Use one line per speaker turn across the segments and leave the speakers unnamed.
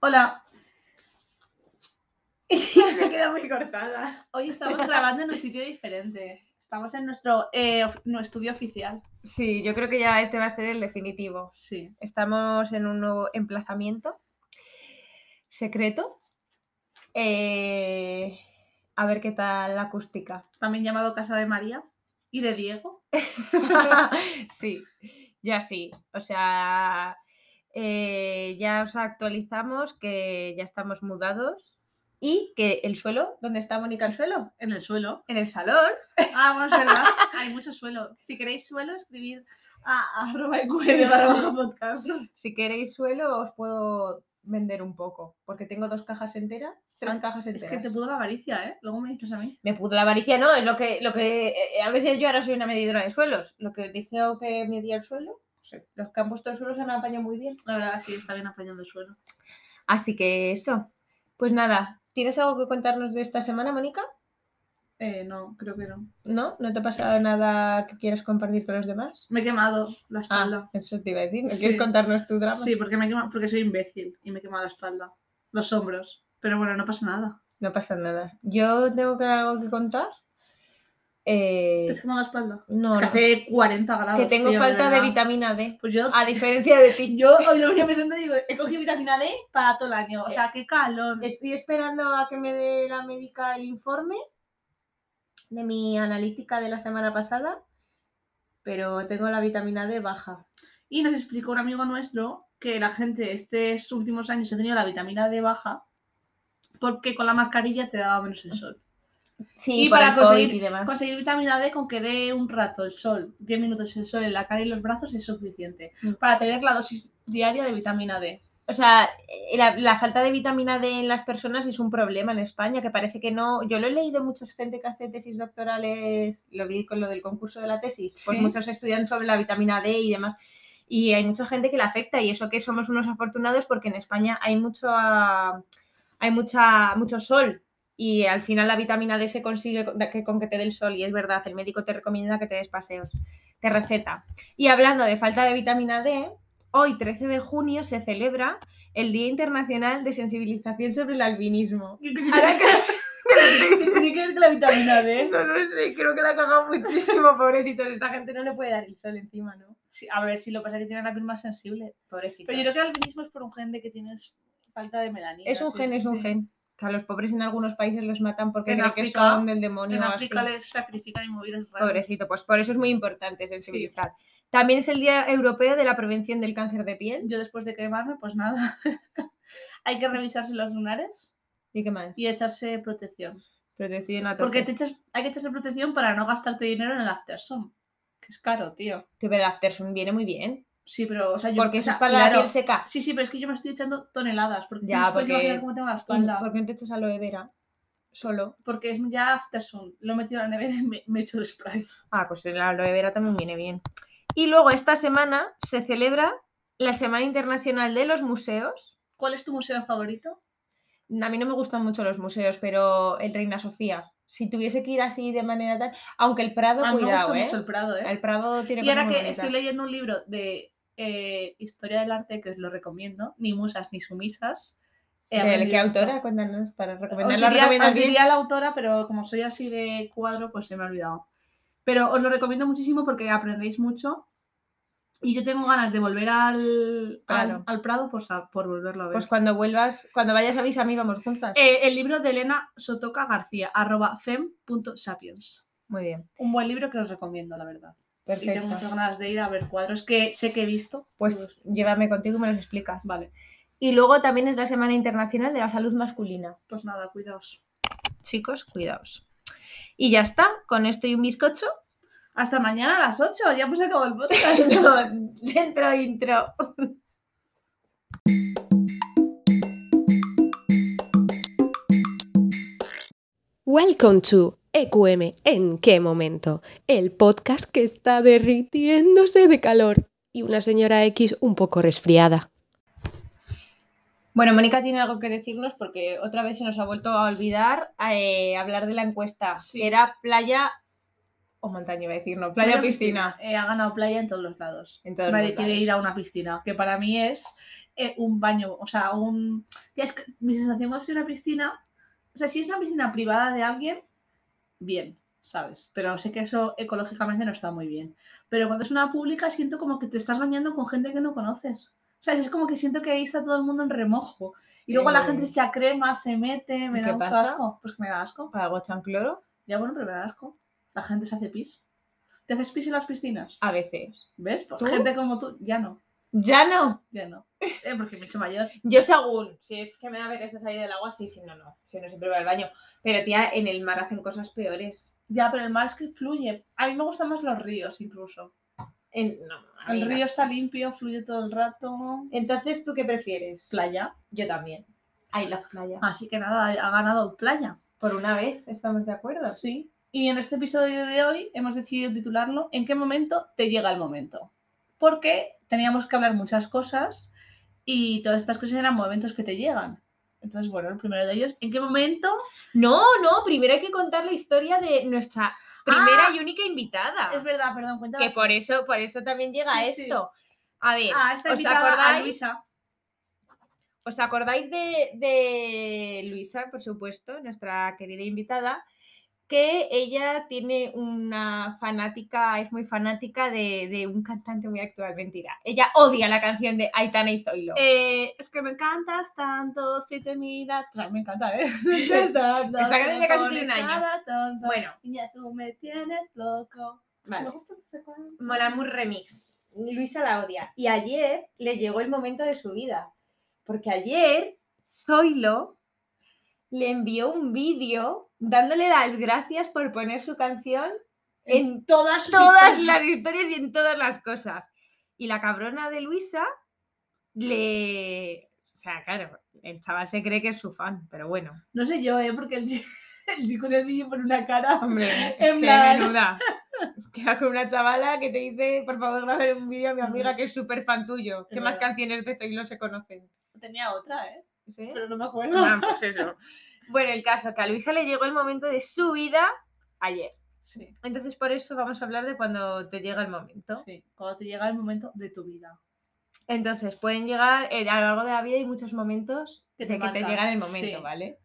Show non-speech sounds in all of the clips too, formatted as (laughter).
Hola,
(laughs) Me queda muy cortada.
hoy estamos grabando en un sitio diferente. Estamos en nuestro, eh, of- no, estudio oficial.
Sí, yo creo que ya este va a ser el definitivo.
Sí.
Estamos en un nuevo emplazamiento secreto. Eh, a ver qué tal la acústica. (laughs)
También llamado Casa de María y de Diego.
sí, ya sí. O sea, eh, ya os actualizamos que ya estamos mudados y que el suelo, ¿dónde está Mónica el suelo?
En el (laughs) suelo.
En el salón.
Ah, bueno, es verdad. Hay mucho suelo. Si queréis suelo, escribid a arroba y
Sí.
podcast.
Si queréis suelo, os puedo vender un poco, porque tengo dos cajas enteras, tres
Ah,
cajas
Es
enteras.
que te pudo la avaricia, ¿eh? Luego me dices a mí.
Me pudo la avaricia, no, es lo que, lo que eh, a veces yo ahora soy una medidora de suelos. Lo que os dije que medía el suelo, pues, los que han puesto el suelo se han apañado muy bien.
La verdad, sí, está bien apañando el suelo.
Así que eso. Pues nada, ¿tienes algo que contarnos de esta semana, Mónica?
Eh, no, creo que no.
¿No? ¿No te ha pasado nada que quieras compartir con los demás?
Me he quemado la espalda.
Ah, eso te iba a decir. ¿No
Sí.
quieres contarnos tu drama?
sí, porque, me he quemado- porque soy imbécil y me he quemado la espalda. Los hombros. Pero bueno, no pasa nada.
No pasa nada. Yo tengo que algo que contar. Eh,
¿Te has quemado la espalda?
no,
Es que
no.
hace 40 grados.
que tengo
tío,
falta de
verdad.
vitamina Ah, D.
Pues yo,
A diferencia de (laughs) ti.
yo (laughs) hoy lo venía pensando y digo, he cogido vitamina D para todo el año. O sea, qué calor.
Estoy esperando a que me dé la médica el informe de mi analítica de la semana pasada, pero tengo la vitamina D baja.
Y nos explicó un amigo nuestro que la gente estos últimos años ha tenido la vitamina D baja porque con la mascarilla te daba menos el sol.
Sí,
Y
por
para
el COVID
conseguir-
y demás.
Conseguir vitamina D con que dé un rato el sol, 10 minutos el sol en la cara y los brazos es suficiente
Mm.
para tener la dosis diaria de vitamina D.
O sea, eh, la, la falta de vitamina D en las personas es un problema en España, que parece que no. Yo lo he leído mucha gente que hace tesis doctorales, lo vi con lo del concurso de la tesis, pues
Sí.
muchos estudian sobre la vitamina D y demás. Y hay mucha gente que la afecta, y eso que somos unos afortunados porque en España hay mucho, ah, hay mucha, mucho sol. Y al final la vitamina D se consigue con- que- con que te dé el sol, y es verdad, el médico te recomienda que te des paseos, te receta. Y hablando de falta de vitamina D, hoy 13 de junio se celebra el Día Internacional de Sensibilización sobre el Albinismo. Ahora que
(laughs) Tiene que ver con la vitamina
(laughs)
D.
eso no sé, creo que la ha cagado (laughs) muchísimo, pobrecitos. Esta gente no le puede dar el sol encima, ¿no?
Sí, a ver si lo pasa que tiene la piel más sensible.
Pobrecito.
Pero yo creo que el albinismo es por un gen de que tienes falta de melanina.
es un
sí,
gen, es un
sí.
gen. Que a los pobres en algunos países los matan porque
En
creen que
África-
son del demonio.
En
o
África
así.
les sacrifican y movidas raras.
Pobrecito, pues por eso es muy importante sensibilizar. También es el Día Europeo de la Prevención del Cáncer de Piel.
Yo después de quemarme, pues nada. (laughs) Hay que revisarse los lunares
¿Y qué más?
y echarse protección.
Protección a
Porque
tope.
te echas, hay que echarse protección para no gastarte dinero en el Aftersun. Que es caro, tío.
Que el Aftersun viene muy bien.
Sí, pero, o sea, yo.
Porque
o
eso
sea,
es para la
claro.
piel seca.
Sí, sí, pero es que yo me estoy echando toneladas. Porque
Ya,
ya, no porque...
porque-
imaginar cómo tengo la
Y
espalda.
¿Por qué no te echas aloe vera? Solo.
Porque es ya Aftersun. Lo he metido en la nevera y me, me he hecho el spray.
Ah, pues el aloe vera también viene bien. Y luego esta semana se celebra la Semana Internacional de los Museos.
¿Cuál es tu museo favorito?
A mí no me gustan mucho los museos, pero el Reina Sofía. Si tuviese que ir así de manera tal, aunque el Prado,
A mí me
cuidado,
gusta
¿eh?
mucho el Prado, ¿eh?
El Prado tiene
Y ahora
cosas muy
que estoy
bonitas.
leyendo un libro de eh, historia del arte, que os lo recomiendo, ni musas ni sumisas. he
¿De
aprendido
¿Qué
mucho.
autora? Cuéntanos para
Os
recomendarla.
diría,
¿recomiendas
os
bien?
diría la autora, pero como soy así de cuadro, pues se me ha olvidado. Pero os lo recomiendo muchísimo porque aprendéis mucho. Y yo tengo ganas de volver al,
Claro.
al, al Prado por, sa- por volverlo a ver.
Pues cuando vuelvas, cuando vayas a misa, a mí vamos juntas.
Eh, el libro de Elena Sotoca García, arroba fem.sapiens.
Muy bien,
Un buen libro que os recomiendo, la verdad. Y tengo muchas
perfecto.
ganas de ir a ver cuadros que sé que he visto.
Pues llévame contigo y me los explicas.
Vale.
Y luego también es la Semana Internacional de la Salud Masculina.
Pues nada, cuidaos.
Chicos, cuidaos. Y ya está, con esto y un bizcocho. (laughs)
Hasta mañana a las 8, ya pues acabó el podcast. (laughs)
(laughs) No, dentro intro.
Welcome to EQM en qué momento, el podcast que está derritiéndose de calor y una señora X un poco resfriada.
Bueno, Mónica tiene algo que decirnos porque otra vez se nos ha vuelto a olvidar eh, hablar de la encuesta.
Sí.
que Era playa o montaña, iba a decir, no, playa o piscina.
Eh, ha ganado playa en todos los lados.
En todos
Nadie
los
quiere
lados.
ir a una piscina, que para mí es eh, un baño, o sea, un... Tía, es que mi sensación cuando estoy en una piscina, o sea, si es una piscina privada de alguien, bien, ¿sabes? Pero sé que eso ecológicamente no está muy bien. Pero cuando es una pública siento como que te estás bañando con gente que no conoces. O sea, es como que siento que ahí está todo el mundo en remojo. Y luego
Eh.
la gente se acrema, se mete, me
¿Y
da
qué
mucho
pasa?
asco. Pues que me da asco.
¿Para agua echan cloro?
Ya bueno, pero me da asco. La gente se hace pis. ¿Te haces pis en las piscinas?
A veces.
¿Ves? Pues
Ah. ¿Tú?
gente como tú, ya no,
Ya no.
ya
(laughs)
no. Eh, porque me he hecho mayor.
Yo según, si es que me da pereza salir del agua, sí, sí, no, no. Si no siempre voy al baño. Pero tía, en el mar hacen cosas peores.
Ya, pero el mar es que fluye. A mí me gustan más los ríos incluso.
En- no, a mí
El
no.
río está limpio, fluye todo el rato.
Entonces, ¿tú qué prefieres?
Playa.
Yo también. Ahí las playas.
Así que nada, ha ganado playa.
Por una vez, estamos de acuerdo.
Sí. Y en este episodio de hoy hemos decidido titularlo ¿En qué momento te llega el momento? Porque teníamos que hablar muchas cosas y todas estas cosas eran momentos que te llegan. Entonces, bueno, el primero de ellos, ¿en qué momento?
No, no, primero hay que contar la historia de nuestra primera
Ah,
y única invitada.
Es verdad, perdón, cuéntame.
que por eso, por eso también llega
Sí, sí.
esto. A ver,
Ah, esta
¿os
invitada a
acordáis?
Luisa.
¿Os acordáis de, de Luisa, por supuesto, nuestra querida invitada? Que ella tiene una fanática, es muy fanática de, de un cantante muy actual, mentira. Ella odia la canción de Aitana y Zoilo.
Eh, es que me encantas tanto, si te miras. O sea, me encanta,
(laughs)
¿eh? (laughs)
Esta canción ya casi tiene un año.
Bueno,
Bueno.
ya tú me tienes loco.
Vale.
Me gusta este cuadro.
Molamur Remix. Luisa la odia. Y ayer le llegó el momento de su vida. Porque ayer Zoilo le envió un vídeo dándole las gracias por poner su canción en
todas sus
todas
historias.
las historias y en todas las cosas. Y la cabrona de Luisa le... O sea, claro, el chaval se cree que es su fan, pero bueno.
No sé yo, ¿eh? Porque el chi- (laughs) el chico en el vídeo pone una cara.
Hombre, (laughs) es
En
que
plan. (laughs)
menuda. Queda con una chavala que te dice, por favor, grabe un vídeo a mi amiga que es súper fan tuyo.
Es
¿Qué más
verdad.
canciones de Zoilo se conocen?
Tenía otra, ¿eh?
¿Sí?
Pero no me acuerdo.
Ah, pues eso. Bueno, el caso, que a Luisa le llegó el momento de su vida ayer.
Sí,
Entonces, por eso vamos a hablar de cuando te llega el momento.
sí. Cuando te llega el momento de tu vida.
Entonces, pueden llegar eh, a lo largo de la vida hay muchos momentos
Que
de
te
que te
marcan,
llegan el momento,
sí.
¿vale?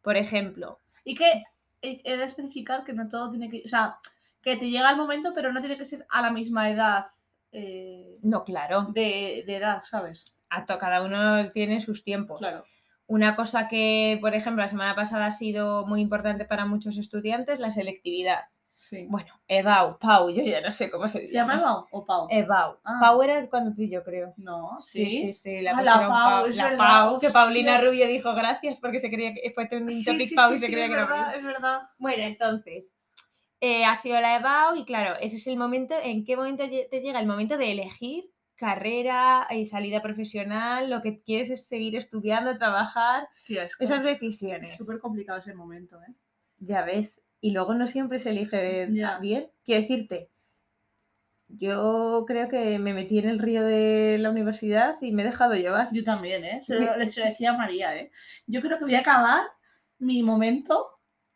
Por ejemplo,
Y que he he de especificar que no todo tiene que. O sea, que te llega el momento, pero no tiene que ser a la misma edad. eh,
no, claro,
de, de edad, ¿sabes?
a to- cada uno tiene sus tiempos.
Claro.
Una cosa que, por ejemplo, la semana pasada ha sido muy importante para muchos estudiantes, la selectividad.
Sí.
Bueno, EBAU, PAU, yo ya no sé cómo se dice.
¿Se llama Pau o Pau?
EBAU.
Ah.
PAU era cuando tú y yo, creo.
No,
Sí,
sí.
sí, sí. La,
Ah,
pusieron
la
Pau,
Pau, es
la
verdad,
Pau, que Paulina
hostias.
Rubio dijo gracias porque se creía que fue trending
Sí,
topic
sí,
Pau
sí,
y se
sí,
creía
es
que era
verdad,
mío.
es verdad.
Bueno, entonces, eh, ha sido la EBAU y claro, ese es el momento, ¿en qué momento lle- te llega el momento de elegir carrera, eh, salida profesional, lo que quieres es seguir estudiando, trabajar,
Tía, es que
esas
es
decisiones?
súper complicado ese momento, ¿eh?
Pues, Ya ves, y luego no siempre se elige
Ya.
bien. Quiero decirte, yo creo que me metí en el río de la universidad y me he dejado llevar.
(laughs) Yo también, ¿eh? Se
Mi-
lo, se lo decía a María, ¿eh? Yo creo que voy a acabar mi momento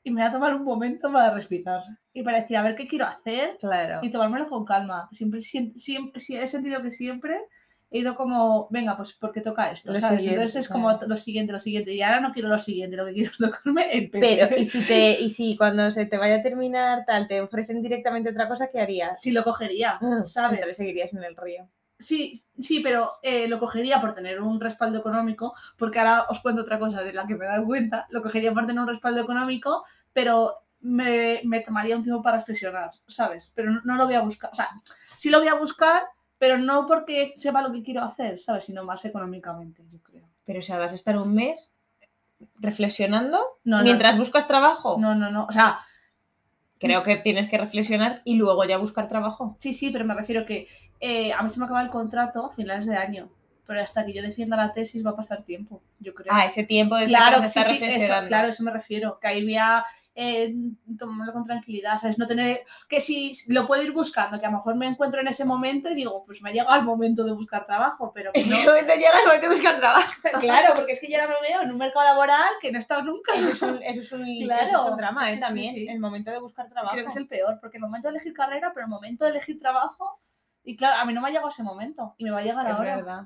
y me voy a tomar un momento para respirar y para decir, a ver qué quiero hacer
Claro.
y tomármelo con calma. Siempre, siempre, siempre sí, he sentido que siempre he ido como, venga, pues porque toca esto,
Lo
¿sabes?
siguiente,
Entonces es
claro.
como lo siguiente, lo siguiente. Y ahora no quiero lo siguiente, lo que quiero es tocarme el pelo.
Pero, ¿y si, (laughs) te, y si cuando se te vaya a terminar tal, te ofrecen directamente otra cosa, ¿qué
(laughs)
harías?
Si lo cogería,
Ah,
¿sabes?
(laughs) Entonces seguirías en el río.
Sí, sí, pero eh, lo cogería por tener un respaldo económico, porque ahora os cuento otra cosa de la que me he dado cuenta, lo cogería por tener un respaldo económico, pero me, me tomaría un tiempo para reflexionar, ¿sabes? Pero no, no lo voy a buscar, o sea, sí lo voy a buscar, pero no porque sepa lo que quiero hacer, ¿sabes? Sino más económicamente, yo creo.
Pero, o sea, vas a estar un mes reflexionando
No, no,
mientras buscas trabajo.
No, no, no, o sea,
Creo que tienes que reflexionar y luego ya buscar trabajo.
sí, sí, pero me refiero que eh, a mí se me acaba el contrato a finales de año, pero hasta que yo defienda la tesis va a pasar tiempo, yo creo.
Ah, ese tiempo es
Claro,
que
sí,
estás
sí, eso,
reflexionando. (laughs)
claro, eso me refiero. Que ahí voy a eh, tomarlo con tranquilidad, ¿sabes? No tener. Que si lo puedo ir buscando, que a lo mejor me encuentro en ese momento y digo, pues me ha llegado el momento de buscar trabajo, pero que
En (laughs)
no.
qué momento llega el momento de buscar trabajo.
claro, porque es que yo ahora me veo en un mercado laboral que no he estado nunca.
Eso es un, eso es un-
Claro.
eso es un drama, ¿eh?
Sí, sí,
También,
sí.
el momento de buscar trabajo.
Creo que es el peor, porque el momento de elegir carrera, pero el momento de elegir trabajo. Y claro, a mí no me ha llegado ese momento y me va a llegar
Es
ahora.
verdad.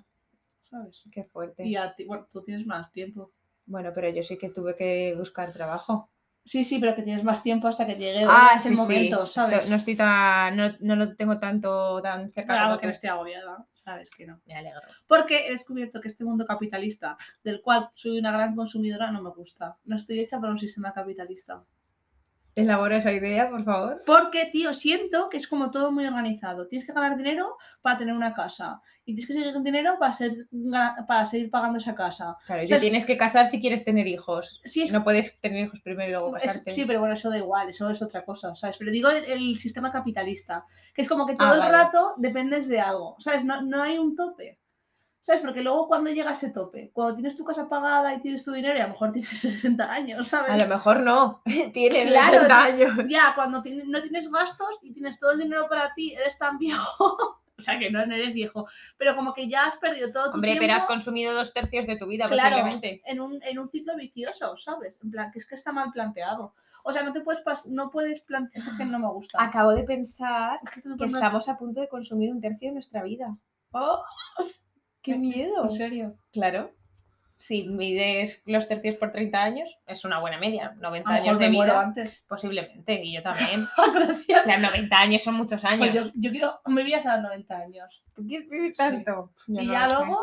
¿sabes?
Qué fuerte.
Y a ti, bueno, tú tienes más tiempo.
Bueno, pero yo sí que tuve que buscar trabajo.
Sí, sí, pero que tienes más tiempo hasta que llegue ese
Ah, sí, sí.
momento,
Esto-
¿sabes?
no estoy tan. No, no lo tengo tanto tan cerca.
Claro,
como
que
tú.
no esté agobiada, sabes que no.
Me alegro.
Porque he descubierto que este mundo capitalista, del cual soy una gran consumidora, no me gusta. No estoy hecha para un sistema capitalista.
Elabora esa idea, por favor.
Porque, tío, siento que es como todo muy organizado. Tienes que ganar dinero para tener una casa. Y tienes que seguir con dinero para, ser, gana- para seguir pagando esa casa.
Claro, y
sea,
te
es-
tienes que casar si quieres tener hijos.
Sí, es,
No puedes tener hijos primero y luego
es-
casarte.
sí, pero bueno, eso da igual, eso es otra cosa, ¿sabes? Pero digo el, el sistema capitalista, que es como que todo
Ah,
el
vale.
rato dependes de algo, ¿sabes? No, no hay un tope. ¿Sabes? Porque luego cuando llega ese tope, cuando tienes tu casa pagada y tienes tu dinero y a lo mejor tienes (laughs) 60 años,
A
¿sabes?
lo mejor no. Tienes
Claro,
60 años.
Ya, cuando tienes- no tienes gastos y tienes todo el dinero para ti, eres tan viejo. (laughs) o sea, que no, no eres viejo. Pero como que ya has perdido todo tu
Hombre,
tiempo
pero has consumido dos tercios de tu vida,
Claro.
posiblemente.
en, un, en un ciclo vicioso, ¿sabes? En plan, que es que está mal planteado. O sea, no te puedes pas- no puedes plantear... Es que no me gusta.
Acabo de pensar
Es que esto es
que
por una-
estamos a punto de consumir un tercio de nuestra vida. ¡Oh! ¡Qué miedo!
¿En serio?
Claro. Si mides los tercios por 30 años, es una buena media. 90
A lo
años
mejor
de
me muero
vida,
antes. (laughs) Oh,
posiblemente, y yo también.
Gracias.
Claro, 90 años son muchos años.
Pues yo, yo quiero... Me voy hasta los 90 años.
¿Tú quieres vivir
Sí.
tanto? Yo
y
no
ya
lo sé.
luego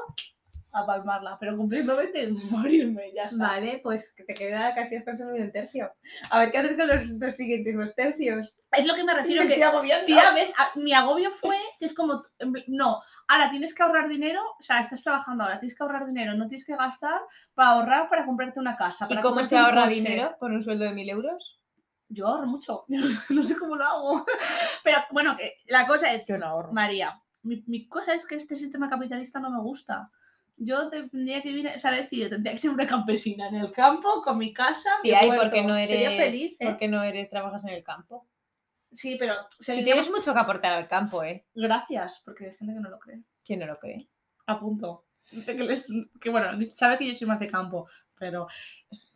a palmarla. Pero cumplir 90 y morirme. Ya está.
Vale, pues que te queda casi has consumido un tercio. A ver, ¿qué haces con los dos siguientes dos tercios?
Es lo que me refiero. que-
agobiando.
Tía, ¿ves? A- Mi agobio fue que es como, en pl- no, ahora tienes que ahorrar dinero, o sea, estás trabajando ahora, tienes que ahorrar dinero, no tienes que gastar para ahorrar para comprarte una casa.
¿Y
Ah, para
cómo
comprarte
se
un
ahorra
coche.
dinero con un sueldo de 1.000 euros?
Yo ahorro mucho, (laughs) yo no, sé cómo lo hago. (laughs) Pero bueno, que la cosa es,
Yo no ahorro.
María, mi, mi cosa es que este sistema capitalista no me gusta. Yo tendría que vivir, o sea, he decidido, tendría que ser una campesina en el campo, con mi casa, mi
Tía, ¿y
huerto.
por qué no
Sería
eres,
feliz, ¿eh?
por qué no eres, trabajas en el campo?
Sí, pero
Y
seguiríamos-
tienes mucho que aportar al campo, ¿eh?
Gracias, porque hay gente que no lo cree.
¿Quién no lo cree?
apunto. Que, les- que, bueno, sabe que yo soy más de campo, pero.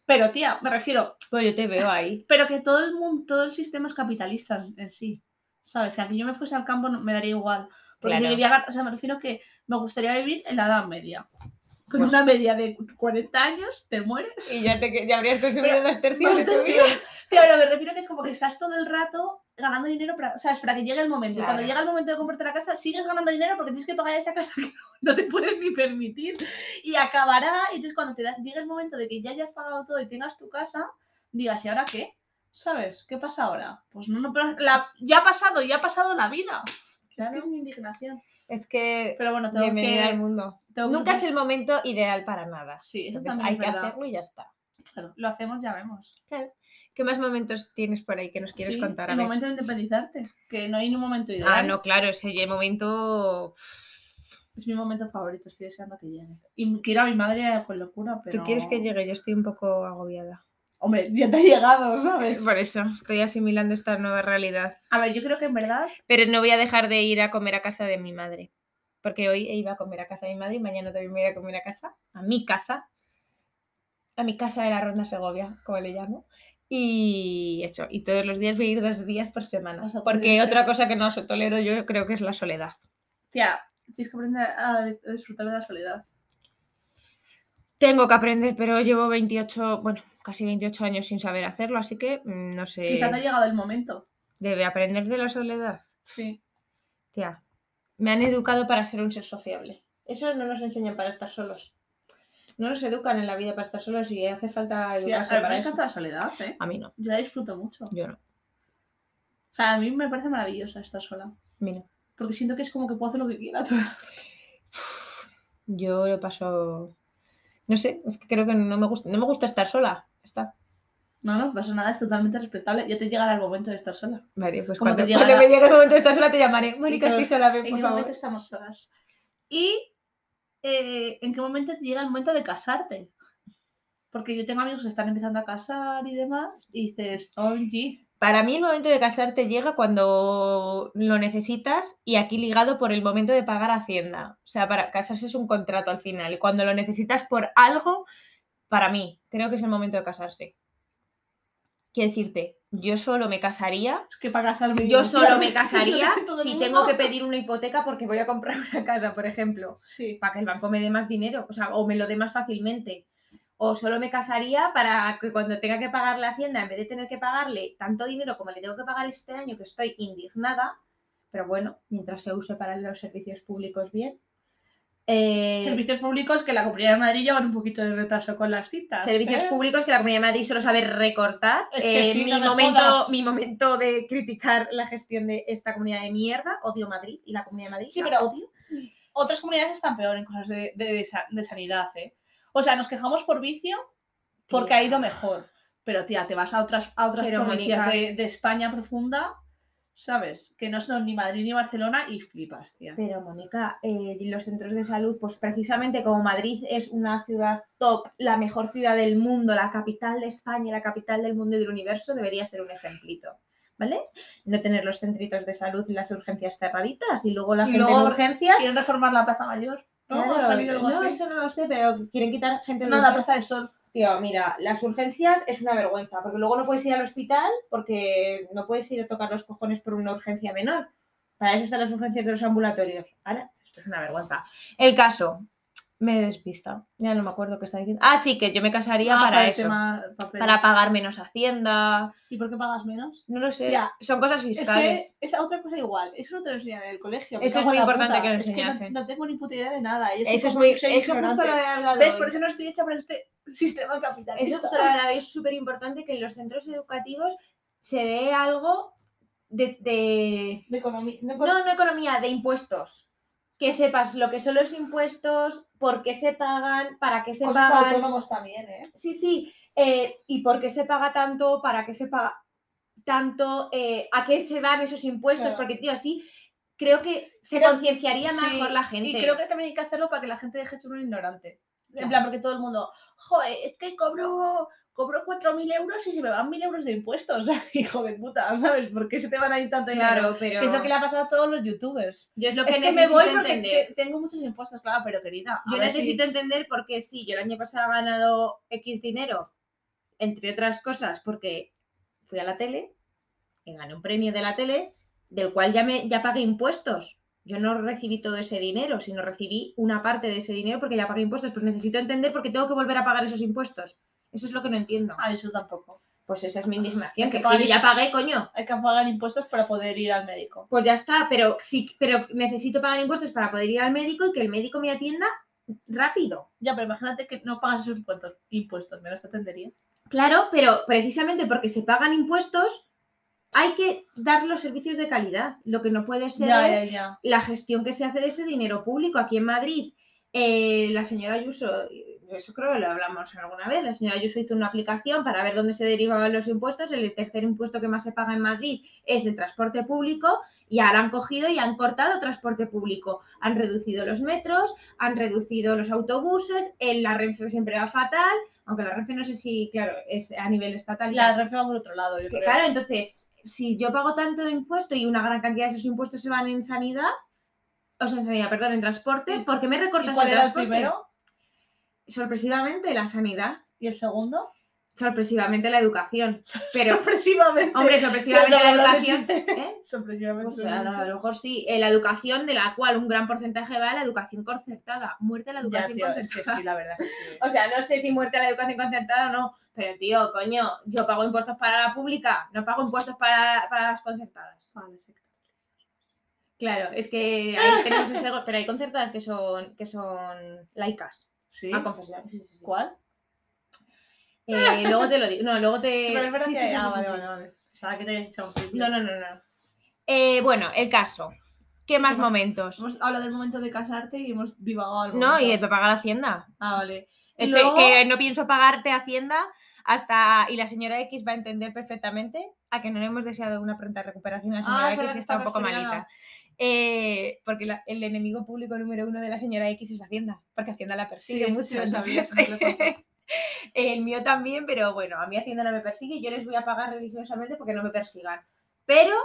Pero, tía, me refiero.
Pues yo te veo ahí.
Pero que todo el mundo, todo el sistema es capitalista en, en sí. ¿Sabes? Que aunque yo me fuese al campo no- me daría igual. Porque
Claro.
seguiría gan- O sea, me refiero que me gustaría vivir en la edad media. Con
Pues-
una media de 40 años, te mueres.
Y ya, te, ya habrías consumido
Pero-
dos tercios de tu
Bastante
vida.
bien. Tía, pero me refiero que es como que estás todo el rato ganando dinero para, o sea, es para que llegue el momento. Y cuando
Claro.
llega el momento de comprarte la casa, sigues ganando dinero porque tienes que pagar esa casa que (laughs) no, no te puedes ni permitir. Y acabará. Y entonces cuando te da- llegue el momento de que ya hayas pagado todo y tengas tu casa, digas, ¿y ahora qué? ¿Sabes? ¿Qué pasa ahora? Pues no, no, pero la- ya ha pasado, ya ha pasado la vida. Es que
Claro.
es mi indignación.
Es que
Pero bueno, tengo
bienvenida al
que,
mundo.
tengo que-
Nunca es el momento ideal para nada.
Sí, eso
Entonces
también
hay
es
que
verdad.
hacerlo y ya está.
Claro, lo hacemos, ya vemos.
¿Qué más momentos tienes por ahí que nos quieres
Sí,
contar? A
el
ver.
momento de independizarte, que no hay ni un momento ideal.
Ah, no, claro, ese el momento.
Es mi momento favorito, estoy deseando que llegue. Y quiero a mi madre con locura, pero.
Tú quieres que llegue, yo estoy un poco agobiada.
Hombre, ya te ha
Eh,
llegado, ¿sabes?
Por eso, estoy asimilando esta nueva realidad.
A ver, yo creo que en verdad.
Pero no voy a dejar de ir a comer a casa de mi madre. Porque hoy he ido a comer a casa de mi madre y mañana también me voy a comer a casa, a mi casa. A mi casa de la Ronda Segovia, como le llamo. Y eso, y todos los días voy a ir dos días por semana.
Vas a
Porque
poder-
otra cosa que no tolero yo creo que es la soledad.
Tía, tienes que aprender a disfrutar de la soledad.
Tengo que aprender, pero llevo 28, bueno, casi 28 años sin saber hacerlo, así que mm, no sé.
Quizá te ha llegado el momento.
Debe aprender de la soledad.
Sí.
Tía, me han educado para ser un ser sociable. Eso no nos enseñan para estar solos. No nos educan en la vida para estar solos y hace falta
sí a
educarse
a mí
para
me
eso.
encanta la soledad, ¿eh?
A mí no,
Yo la disfruto mucho. O
yo no, a
sea, a mí me parece maravillosa estar sola.
mí no.
Porque siento que es como que puedo hacer lo que quiera. (laughs)
Yo lo paso... No sé, es que creo que no me gusta, no me gusta estar sola. Ya Está.
No, no pasa nada, es totalmente respetable. Ya te llegará el momento de estar sola.
Vale, pues
Como
cuando,
te llega
cuando
la-
me llegue el momento de estar sola te llamaré. Mónica,
Y todo-
estoy sola, ven,
¿En
por
qué
favor.
momento estamos solas? ¿Y eh, en qué momento te llega el momento de casarte? Porque yo tengo amigos que están empezando a casar y demás, y dices, OMG.
Para mí el momento de casarte llega cuando lo necesitas y aquí ligado por el momento de pagar Hacienda. O sea, para casarse es un contrato al final y cuando lo necesitas por algo, para mí, creo que es el momento de casarse. Quiero decirte, yo solo me casaría,
Es que para casarme. (laughs)
yo solo me casaría
Todo el
si
mundo.
tengo que pedir una hipoteca porque voy a comprar una casa, por ejemplo,
Sí.
para que el banco me dé más dinero, o sea, o me lo dé más fácilmente. O solo me casaría para que cuando tenga que pagar la hacienda, en vez de tener que pagarle tanto dinero como le tengo que pagar este año, que estoy indignada, pero bueno, mientras se use para los servicios públicos bien. Eh,
Servicios públicos que la Comunidad de Madrid llevan un poquito de retraso con las citas.
Servicios
¿eh?
públicos que la Comunidad de Madrid solo sabe recortar.
Es que
Eh,
sí,
mi,
no me
momento,
jodas.
mi momento de criticar la gestión de esta comunidad de mierda. Odio Madrid y la Comunidad de Madrid.
Sí,
la
pero-
odio.
Otras comunidades están peor en cosas de, de- de sa- de sanidad, ¿eh? O sea, nos quejamos por vicio porque
Tía.
ha ido mejor. Pero, tía, te vas a otras, a otras
Pero,
provincias
Mónica-
de, de España profunda, ¿sabes? Que no son ni Madrid ni Barcelona y flipas, tía.
Pero, Mónica, eh, los centros de salud, pues precisamente como Madrid es una ciudad top, la mejor ciudad del mundo, la capital de España, la capital del mundo y del universo, debería ser un ejemplito. ¿Vale? No tener los centritos de salud y las urgencias cerraditas y luego la
Y
gente en
luego-
urgencias.
¿Quieren reformar la Plaza Mayor? ¿No? ¿Ha
Claro,
salido algo
no,
así?
eso no lo sé, pero quieren quitar gente de
No, la
urgencias.
Plaza del Sol.
Tío, mira, las urgencias es una vergüenza, porque luego no puedes ir al hospital porque no puedes ir a tocar los cojones por una urgencia menor. Para eso están las urgencias de los ambulatorios. Ahora, esto es una vergüenza. El caso, me he despistado. Ya no me acuerdo qué está diciendo. Ah, sí, que yo me casaría
Ah,
para,
el
eso.
tema papeles.
Para pagar menos hacienda.
¿Y por qué pagas menos?
No lo sé.
Tía,
Son cosas
Es
fiscales.
que es otra cosa igual. Eso no te lo enseñan en el colegio. me
Eso
cago
es
en
muy
la
importante que lo
Es no-
enseñasen.
no, tengo ni puta idea de nada. Yo soy
Eso es
como
muy.
un ser
Eso justo
ignorante.
lo he hablado.
¿Ves?
hoy.
Por eso no estoy hecha para este sistema
Eso
capitalista.
es súper importante que en los centros educativos se dé algo de- de
De economía. de economía.
No, no economía, de impuestos. Que sepas lo que son los impuestos, por qué se pagan, para qué se
Cosas de
pagan.
autónomos también, ¿eh?
Sí, sí. eh, y por qué se paga tanto, para qué se paga tanto, eh, a qué se van esos impuestos.
Claro.
Porque, tío, así creo que se
Creo-
concienciaría
Sí,
mejor la gente.
Y creo que también hay que hacerlo para que la gente deje de ser un ignorante.
Claro.
En plan, porque todo el mundo, joder, es que cobro, cobro 4.000 euros y se me van 1.000 euros de impuestos. (laughs) Hijo de puta, ¿sabes? ¿Por qué se te van a ir tanto dinero?
Claro, pero
Que es lo que le ha pasado a todos los youtubers.
yo es lo que
Es que me
necesito
voy porque
entender.
te- tengo muchos impuestos, claro, pero querida.
Yo
a ver si-
necesito entender por qué sí, yo el año pasado he ganado X dinero, entre otras cosas, porque fui a la tele, y gané un premio de la tele, del cual ya, me, ya pagué impuestos. Yo no recibí todo ese dinero, sino recibí una parte de ese dinero porque ya pagué impuestos. Pues necesito entender por qué tengo que volver a pagar esos impuestos. Eso es lo que no entiendo.
Ah, eso tampoco.
Pues esa es mi indignación,
Hay que
que, es
pagar
que yo ya pagué, coño.
Hay que pagar impuestos para poder ir al médico.
Pues ya está, pero sí, pero necesito pagar impuestos para poder ir al médico y que el médico me atienda rápido.
Ya, pero imagínate que no pagas esos impuestos. impuestos menos te atendería.
Claro, pero precisamente porque se pagan impuestos, hay que dar los servicios de calidad. Lo que no puede ser
Ya,
es
ya, ya.
la gestión que se hace de ese dinero público aquí en Madrid. eh, la señora Ayuso, eh, eso creo que lo hablamos alguna vez, la señora Ayuso hizo una aplicación para ver dónde se derivaban los impuestos. El tercer impuesto que más se paga en Madrid es el transporte público y ahora han cogido y han cortado transporte público. Han reducido los metros, han reducido los autobuses, en la Renfe siempre va fatal, aunque la Renfe no sé si, claro, es a nivel estatal. y
La refe va por otro lado, yo
que
creo.
claro, entonces, si yo pago tanto de impuesto y una gran cantidad de esos impuestos se van en sanidad, o sea, en sanidad, perdón, en transporte,
¿Y-
¿por qué me recortas
¿Y cuál
el
era el
transporte?
primero?
Sorpresivamente la sanidad,
¿Y el segundo?
sorpresivamente la educación.
(laughs)
Pero,
sorpresivamente.
hombre, sorpresivamente la
Los dos
educación.
existen.
¿eh?
Sorpresivamente.
Pues a lo- a lo mejor sí, eh, la educación de la cual un gran porcentaje va a la educación concertada. Muerte la
ya,
educación
tío,
concertada.
es que sí, la verdad que (laughs) sí.
(laughs) O sea, no sé si muerte a la educación concertada o no, pero tío, coño, yo pago impuestos para la pública, no pago impuestos para, para las concertadas.
Vale, sí.
Claro, es que ahí tenemos ese ego, pero hay concertadas que son, que son laicas.
¿Sí?
A confesión. Sí, sí, sí.
¿Cuál?
Eh, luego te lo digo. No, luego te.
Sí, pero es verdad
sí,
que-
sí, sí,
ah,
sí,
vale,
sí.
vale, vale. Estaba que te habías echado un triple.
No, no, no, no. Eh, bueno, el caso. ¿Qué más
más?
momentos?
Hemos hablado del momento de casarte y hemos divagado al
No, y el
momento.
de pagar Hacienda.
Ah, vale. Y
Este,
luego-
Que no pienso pagarte Hacienda hasta. Y la señora X va a entender perfectamente a que no le hemos deseado una pronta recuperación a la
Ah,
señora
es
X,
verdad
que
que
está
está
un poco
resfriada.
malita. Eh, porque la- el enemigo público número uno de la señora X es Hacienda, porque Hacienda la persigue
eso
mucho.
sí lo sabía,
entonces-
eso me lo contó.
(laughs) el mío también, pero bueno, a mí Hacienda no me persigue, yo les voy a pagar religiosamente porque no me persigan. Pero,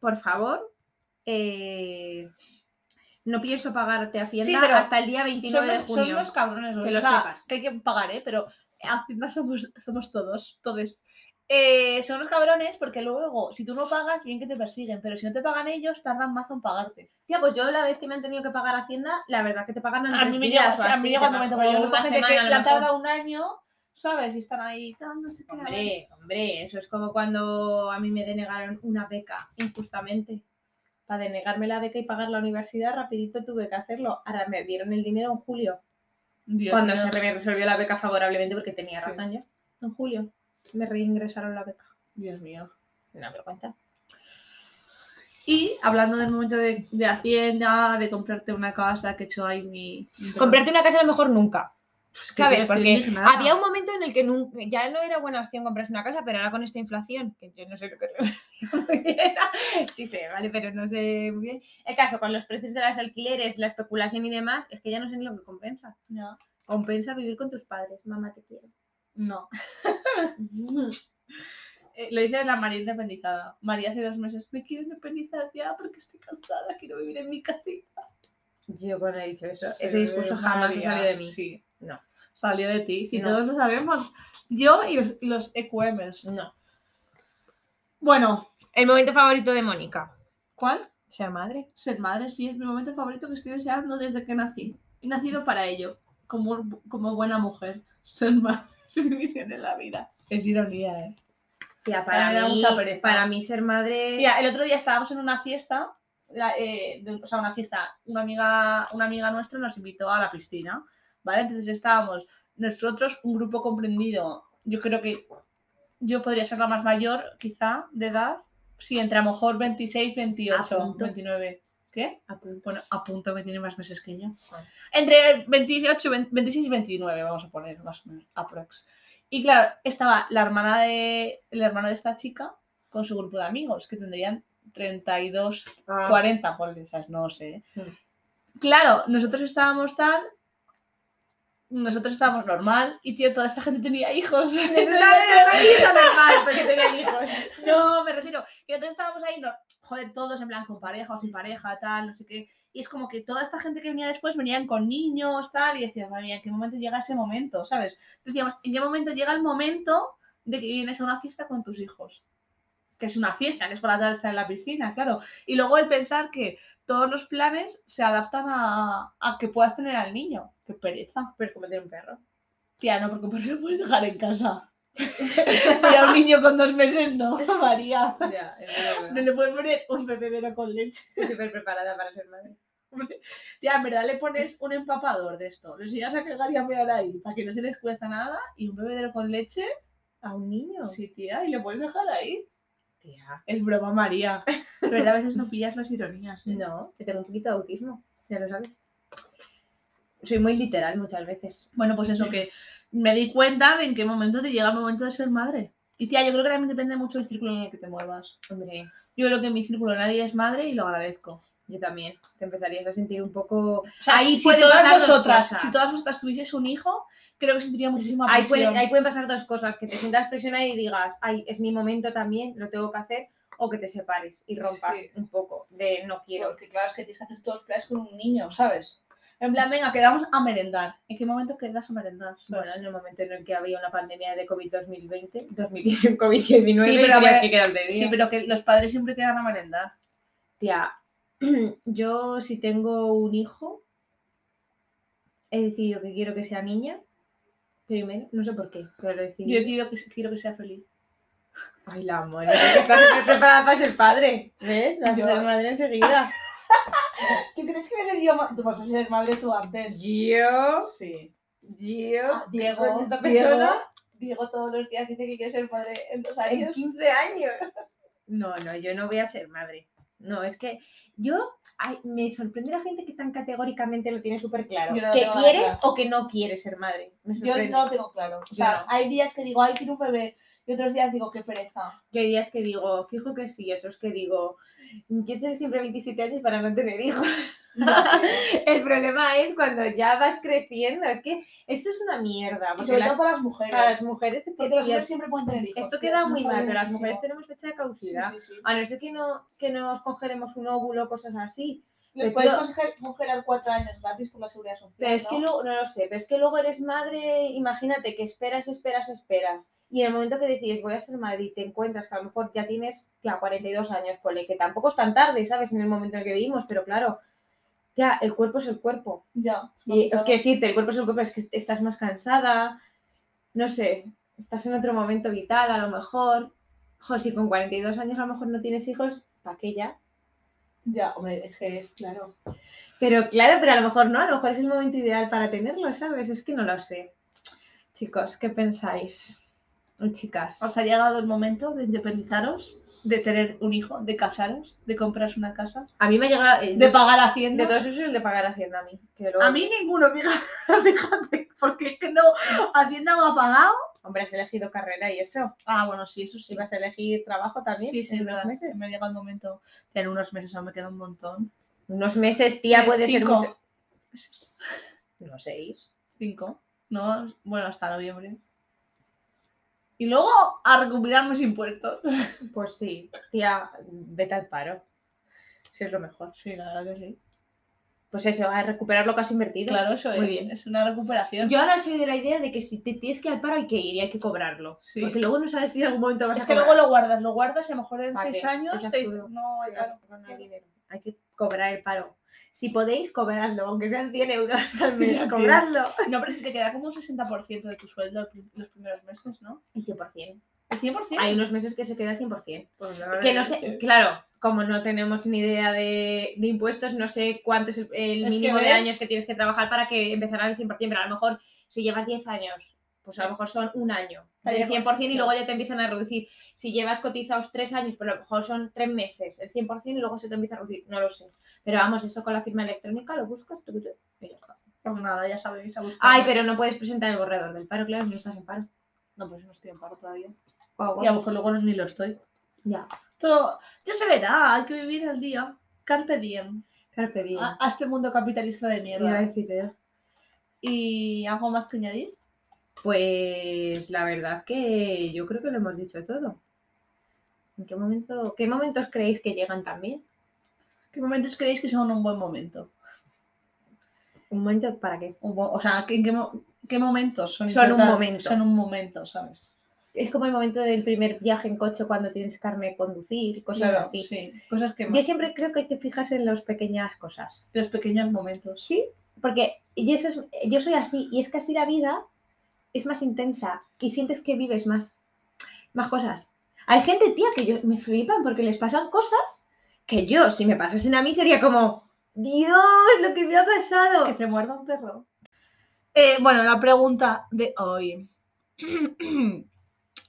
por favor, eh, no pienso pagarte Hacienda
Sí, pero
hasta el día 29
Son
de
los,
junio.
son los cabrones,
Que
que
lo
o sea,
sepas.
que hay que pagar, ¿eh? Pero Hacienda somos, somos todos, todos. Eh, son los cabrones porque luego, si tú no pagas, bien que te persiguen, pero si no te pagan ellos, tardan más en pagarte.
Tía, pues yo la vez que me han tenido que pagar Hacienda, la verdad que te pagan en
A mí
tres
me
días
llega,
o
o sea, a mí
así,
me llega el
te
momento,
pagan
pero yo
una
conozco gente que
semana, a lo
la
mejor.
tarda un año, ¿sabes? Y están ahí, tan, no sé qué, a ver.
Hombre, hombre, eso es como cuando a mí me denegaron una beca injustamente. Para denegarme la beca y pagar la universidad, rapidito tuve que hacerlo. Ahora me dieron el dinero en julio.
Dios
cuando
mío.
se me resolvió la beca favorablemente porque tenía
Sí.
razón yo. En julio me reingresaron la beca.
Dios mío.
Una vergüenza.
Y hablando del momento de, de Hacienda, de comprarte una casa, que he hecho ahí mi. mi-
Comprarte una casa a lo mejor nunca.
Pues que
¿Sabes?
estoy
Porque
indignada.
había un momento en el que nun- ya no era buena opción comprarse una casa, pero ahora con esta inflación, que yo no sé lo que (laughs) es. sí sé, vale, pero no sé muy bien. El caso, con los precios de los alquileres, la especulación y demás, es que ya no sé ni lo que compensa.
No.
Compensa vivir con tus padres, mamá te quiero.
no. Eh, lo dice la María independizada. María hace dos meses, me quiero independizar ya porque estoy cansada, quiero vivir en mi casita.
Yo cuando he dicho eso,
Sí,
ese discurso jamás ha
María,
salido de mí.
Sí.
No.
Salió de ti, si
No.
todos lo sabemos. Yo y los, los EQMs.
No.
Bueno,
El momento favorito de Mónica.
¿cuál?
Ser madre.
Ser madre, sí, es mi momento favorito que estoy deseando desde que nací. He nacido para ello, como, como buena mujer. Ser madre (laughs) es mi misión en la vida. Es ironía, ¿eh?
Tía,
para
para
mí-
mí,
para
para mí ser madre...
Mira, el otro día estábamos en una fiesta, la- eh, de- o sea, una fiesta, una amiga, una amiga nuestra nos invitó a la piscina, ¿vale? Entonces estábamos nosotros, un grupo comprendido, yo creo que yo podría ser la más mayor, quizá, de edad, sí, entre a lo mejor 26, 28,
A punto.
29. ¿Qué? Bueno, a punto que tiene más meses que yo.
Vale.
Entre 28, 20 26 y 29, vamos a poner más o menos, aprox. Y claro, estaba la hermana de, el hermano de esta chica con su grupo de amigos, que tendrían 32,
ah. (laughs)
40, ponle, ¿sabes? No sé. ¿eh? Claro, nosotros estábamos tal, nosotros estábamos normal, y tío, toda esta gente tenía hijos. (laughs)
porque tenían hijos.
No, me refiero. Que entonces estábamos ahí, no, joder, todos en plan con pareja o sin pareja, tal, no sé qué. Y es como que toda esta gente que venía después venían con niños, tal, y decías, madre mía, ¿en qué momento llega ese momento? ¿Sabes? Decíamos, ¿en qué momento llega el momento de que vienes a una fiesta con tus hijos? Que es una fiesta, que es por la tarde estar en la piscina, claro. Y luego el pensar que todos los planes se adaptan a, a que puedas tener al niño. Qué pereza.
Pero es como tener un perro.
Tía, no, porque por lo puedes dejar en casa. (laughs) Y a un niño con dos meses no, (laughs) María.
(laughs) Ya,
No le puedes poner un bebedero con leche.
Estoy súper preparada para ser madre.
Ya, en verdad le pones un empapador de esto. Lo enseñas a cagar y a mear ahí para que no se les cuesta nada. Y un bebedero con leche,
¿A un niño?
sí, tía, y lo puedes dejar ahí.
Tía.
Es broma, María. Pero a veces no pillas las ironías. ¿eh?
(laughs) No, que tengo un poquito de autismo, ya lo sabes. Soy muy literal muchas veces.
Bueno, pues eso que me di cuenta de en qué momento te llega el momento de ser madre. Y tía, yo creo que también depende mucho del círculo en el que te muevas.
Hombre,
Yo creo que en mi círculo nadie es madre y lo agradezco.
yo también. Te empezarías a sentir un poco...
O sea,
Ahí
si,
pueden
todas
pasar dos
vosotras,
cosas.
si todas vosotras tuvieseis un hijo, creo que sentiría muchísima
Ahí, puede-
presión.
ahí pueden pasar dos cosas, que te sientas presionada y digas, ay, es mi momento también, lo tengo que hacer, o que te separes y rompas
Sí.
un poco de no quiero.
Porque claro, es que tienes que hacer todos los planes con un niño, ¿sabes? En plan, venga, quedamos a merendar. ¿En qué momento quedas a merendar?
Bueno, en el momento en el que había una pandemia de COVID 2020, 2019, COVID-19,
Sí, pero
tenías
me-
que quedarte de
sí,
día.
pero que los padres siempre quedan a merendar.
Tía, (clears throat) yo si tengo un hijo, he decidido que quiero que sea niña. Primero, no sé por qué, pero he decidido.
Yo he decidido que quiero que sea feliz.
Ay, la amor, estás súper preparada para ser padre. ¿Ves? Vas
Yo-
a ser madre enseguida.
¿Tú crees que me sería ma- Tú vas a ser madre tú antes.
Yo,
Sí. Ah,
yo,
Diego,
con esta
Diego,
persona
Diego todos los días dice que quiere ser padre en dos
en
años.
15 años. No, no, yo no voy a ser madre. No, es que yo, ay, me sorprende la gente que tan categóricamente lo tiene súper claro.
Yo no lo
que
tengo nada
quiere
claro.
o que no quiere ser madre. Me
Yo
sorprende.
no lo tengo claro. O
Yo
sea,
no.
hay días que digo, ay, quiero un bebé. Y otros días digo, qué pereza.
Yo hay días que digo, fijo que sí, otros que digo, yo tengo siempre 27 años para no
(laughs)
tener hijos. El problema es cuando ya vas creciendo, es que esto es una mierda.
Y
Porque
sobre
las,
todo para las mujeres.
para las mujeres, te-
Porque los
tío,
hombres siempre pueden tener hijos.
esto
tío,
queda
es
muy
un
mal,
jodido
pero las
muchísimo.
mujeres tenemos fecha de
Sí,
caducidad.
sí, sí.
A no ser que, no, que nos congelemos un óvulo, cosas así.
Les
Les
puedes
puedo-
congelar- congelar cuatro años gratis por la seguridad social.
Pero es que
¿no?
luego, no lo sé, pero es que luego eres madre, imagínate que esperas, esperas, esperas. Y en el momento que decides voy a ser madre y te encuentras que a lo mejor ya tienes ya 42 años, ponle, que tampoco es tan tarde, ¿sabes? En el momento en el que vivimos, pero claro, ya, el cuerpo es el cuerpo.
Ya.
Y
no,
es que decirte, el cuerpo es el cuerpo, es que estás más cansada, no sé, estás en otro momento vital a lo mejor. Jo, si con 42 años a lo mejor no tienes hijos, ¿para qué ya?
Ya, hombre, es que, claro.
Pero claro, pero a lo mejor no, a lo mejor es el momento ideal para tenerlo, ¿sabes? Es que no lo sé. Chicos, ¿qué pensáis? Y Chicas.
¿Os ha llegado el momento de independizaros, de tener un hijo, de casaros, de compraros una casa,
A mí me ha llegado. eh,
de
de,
pagar
de
hacienda?
todos esos, el de pagar Hacienda a mí. que luego-
A mí ninguno, fíjate, (laughs) fíjate, porque es que no, Hacienda no ha pagado.
Hombre, has elegido carrera y eso.
Ah, bueno, sí, eso
Si
sí.
vas a elegir trabajo también.
Sí, sí, es
en unos
verdad.
Meses.
Me llega el momento. En unos meses aún me queda un montón.
Unos meses, tía,
Eh,
puede
cinco.
ser. mucho- No, seis.
Cinco. No, bueno, hasta noviembre. Y luego a recuperar mis impuestos.
Pues sí, tía, vete al paro. Si es lo mejor.
Sí, la verdad que sí.
Pues eso, a recuperar lo que has invertido.
Claro, eso
Muy
es.
bien.
Es una recuperación.
Yo ahora soy de la idea de que si te tienes que ir al paro hay que ir y hay que cobrarlo.
Sí.
Porque luego no sabes si en algún momento vas
es
a
que
cobrar.
luego lo guardas, lo guardas y a lo mejor en
¿Para
seis
qué?
años
Es
te dicen,
absurdo.
no, (laughs)
Sí,
claro,
no, no
claro.
hay dinero. Hay que cobrar el paro. Si podéis, cobradlo, aunque sean 100 euros
(laughs)
al mes,
Ya, tío.
cobradlo.
No, pero si te queda como un 60% de tu sueldo al pri- los primeros meses, ¿no?
Y 100%.
¿El 100%?
Hay unos meses que se queda 100%.
Pues la verdad
Que no
sí.
sé, claro, como no tenemos ni idea de, de impuestos, no sé cuánto es el, el
Es que
mínimo de
ves-
años que tienes que trabajar para que empezara el 100%, pero a lo mejor si llevas 10 años, pues a lo mejor son un año
Ahí
del
es
100% y
cuando-
luego ya te empiezan a reducir. Si llevas cotizados 3 años, pues a lo mejor son 3 meses el 100% y luego se te empieza a reducir, no lo sé. Pero vamos, eso con la firma electrónica lo buscas tú, tú, y ya está.
Pues nada, ya sabéis, a buscar.
Ay, pero no puedes presentar el borrador del paro, claro, si no estás en paro.
No, pues no estoy en paro todavía. Y a
Ya,
lo mejor luego ni lo estoy.
ya,
Todo, ya se verá, hay que vivir al día. Carpe diem.
carpe diem.
A, a este mundo capitalista de
Iba a
mierda.
decir, eh.
¿Y algo más que añadir?
Pues la verdad que yo creo que lo hemos dicho todo. ¿En qué momento, qué momentos creéis que llegan también?
¿Qué momentos creéis que son un buen momento?
¿Un momento para qué?
Un bo- o sea, ¿qué- en qué, mo- qué momentos son
Son un
importantes?
momento.
Son un momento, ¿sabes?
Es como el momento del primer viaje en coche cuando tienes carne de conducir y cosas
Claro,
así.
Pues sí. Cosas que
Yo siempre creo que hay que fijarse en las pequeñas cosas.
Los pequeños momentos.
Sí, porque y eso es- yo soy así y es que así la vida es más intensa y sientes que vives más, más cosas. Hay gente, tía, que yo, me flipan porque les pasan cosas que yo, si me pasasen a mí, sería como, Dios, lo que me ha
Que
pasado.
te muerda un perro. Eh, bueno, la pregunta de hoy. (clears throat)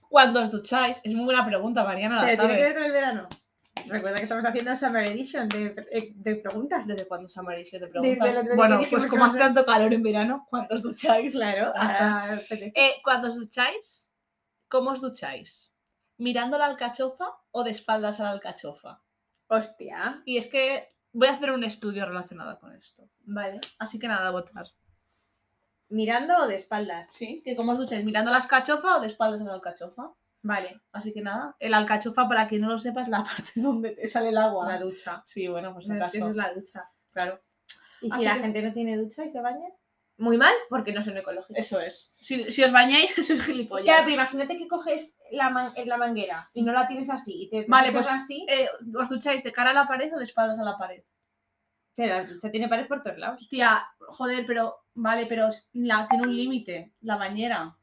¿Cuándo os ducháis? Es muy buena pregunta, Mariana. La
Pero tiene
sabe.
que ver con el verano. Recuerda que estamos haciendo Summer Edition de, eh, de preguntas.
¿Desde cuándo Summer Edition te
Desde
preguntas?
el otro día
bueno,
que dijimos
pues
que
como
no
hace
sé.
tanto calor en verano, ¿cuándo os ducháis?
Claro,
Ya está.
ahora apetece.
Eh, ¿Cuándo os ducháis? ¿Cómo os ducháis? ¿Mirando la alcachofa o de espaldas a la alcachofa?
Hostia.
Y es que voy a hacer un estudio relacionado con esto.
Vale.
Así que nada, a votar.
Mirando o de espaldas.
Sí, que cómo os ducháis, mirando la alcachofa o de espaldas a la alcachofa.
Vale.
Así que nada, el alcachofa, para quien no lo sepa, es la (laughs) parte donde te sale el agua.
La ducha.
Sí, bueno, pues
Es que eso
acaso.
es la ducha.
Claro.
¿Y si
Así
la
que-
gente no tiene ducha y se baña? ¿Ah, Muy mal, porque no son ecológicos. Pues
Eso es. Si, si os bañáis, (laughs) sois gilipollas.
Claro, pero imagínate que coges la, man- la manguera y no la tienes así y te
Vale,
duchas
pues-
así.
Eh, ¿Os ducháis de cara a la pared o de espaldas a la pared?
Pero la ducha tiene pared por todos lados.
Tía, joder, pero vale, pero es- la, tiene un límite, la bañera.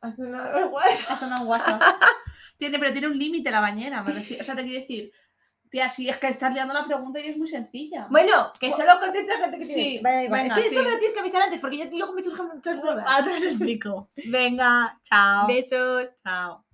Has (laughs) sonado guay.
Ha sonado (laughs) WhatsApp. tiene, pero tiene un límite la bañera, me refiero. O sea, te quiero decir, tía, si es que estás liando la pregunta y es muy sencilla.
Bueno,
pues
que solo contesta gente que
Sí,
tiene. Vale, vale.
venga,
es que esto
sí.
me lo tienes que avisar
Ah,
antes porque yo luego me surgen muchas dudas.
ahora te lo explico. (laughs) Venga, chao.
Besos.
Chao.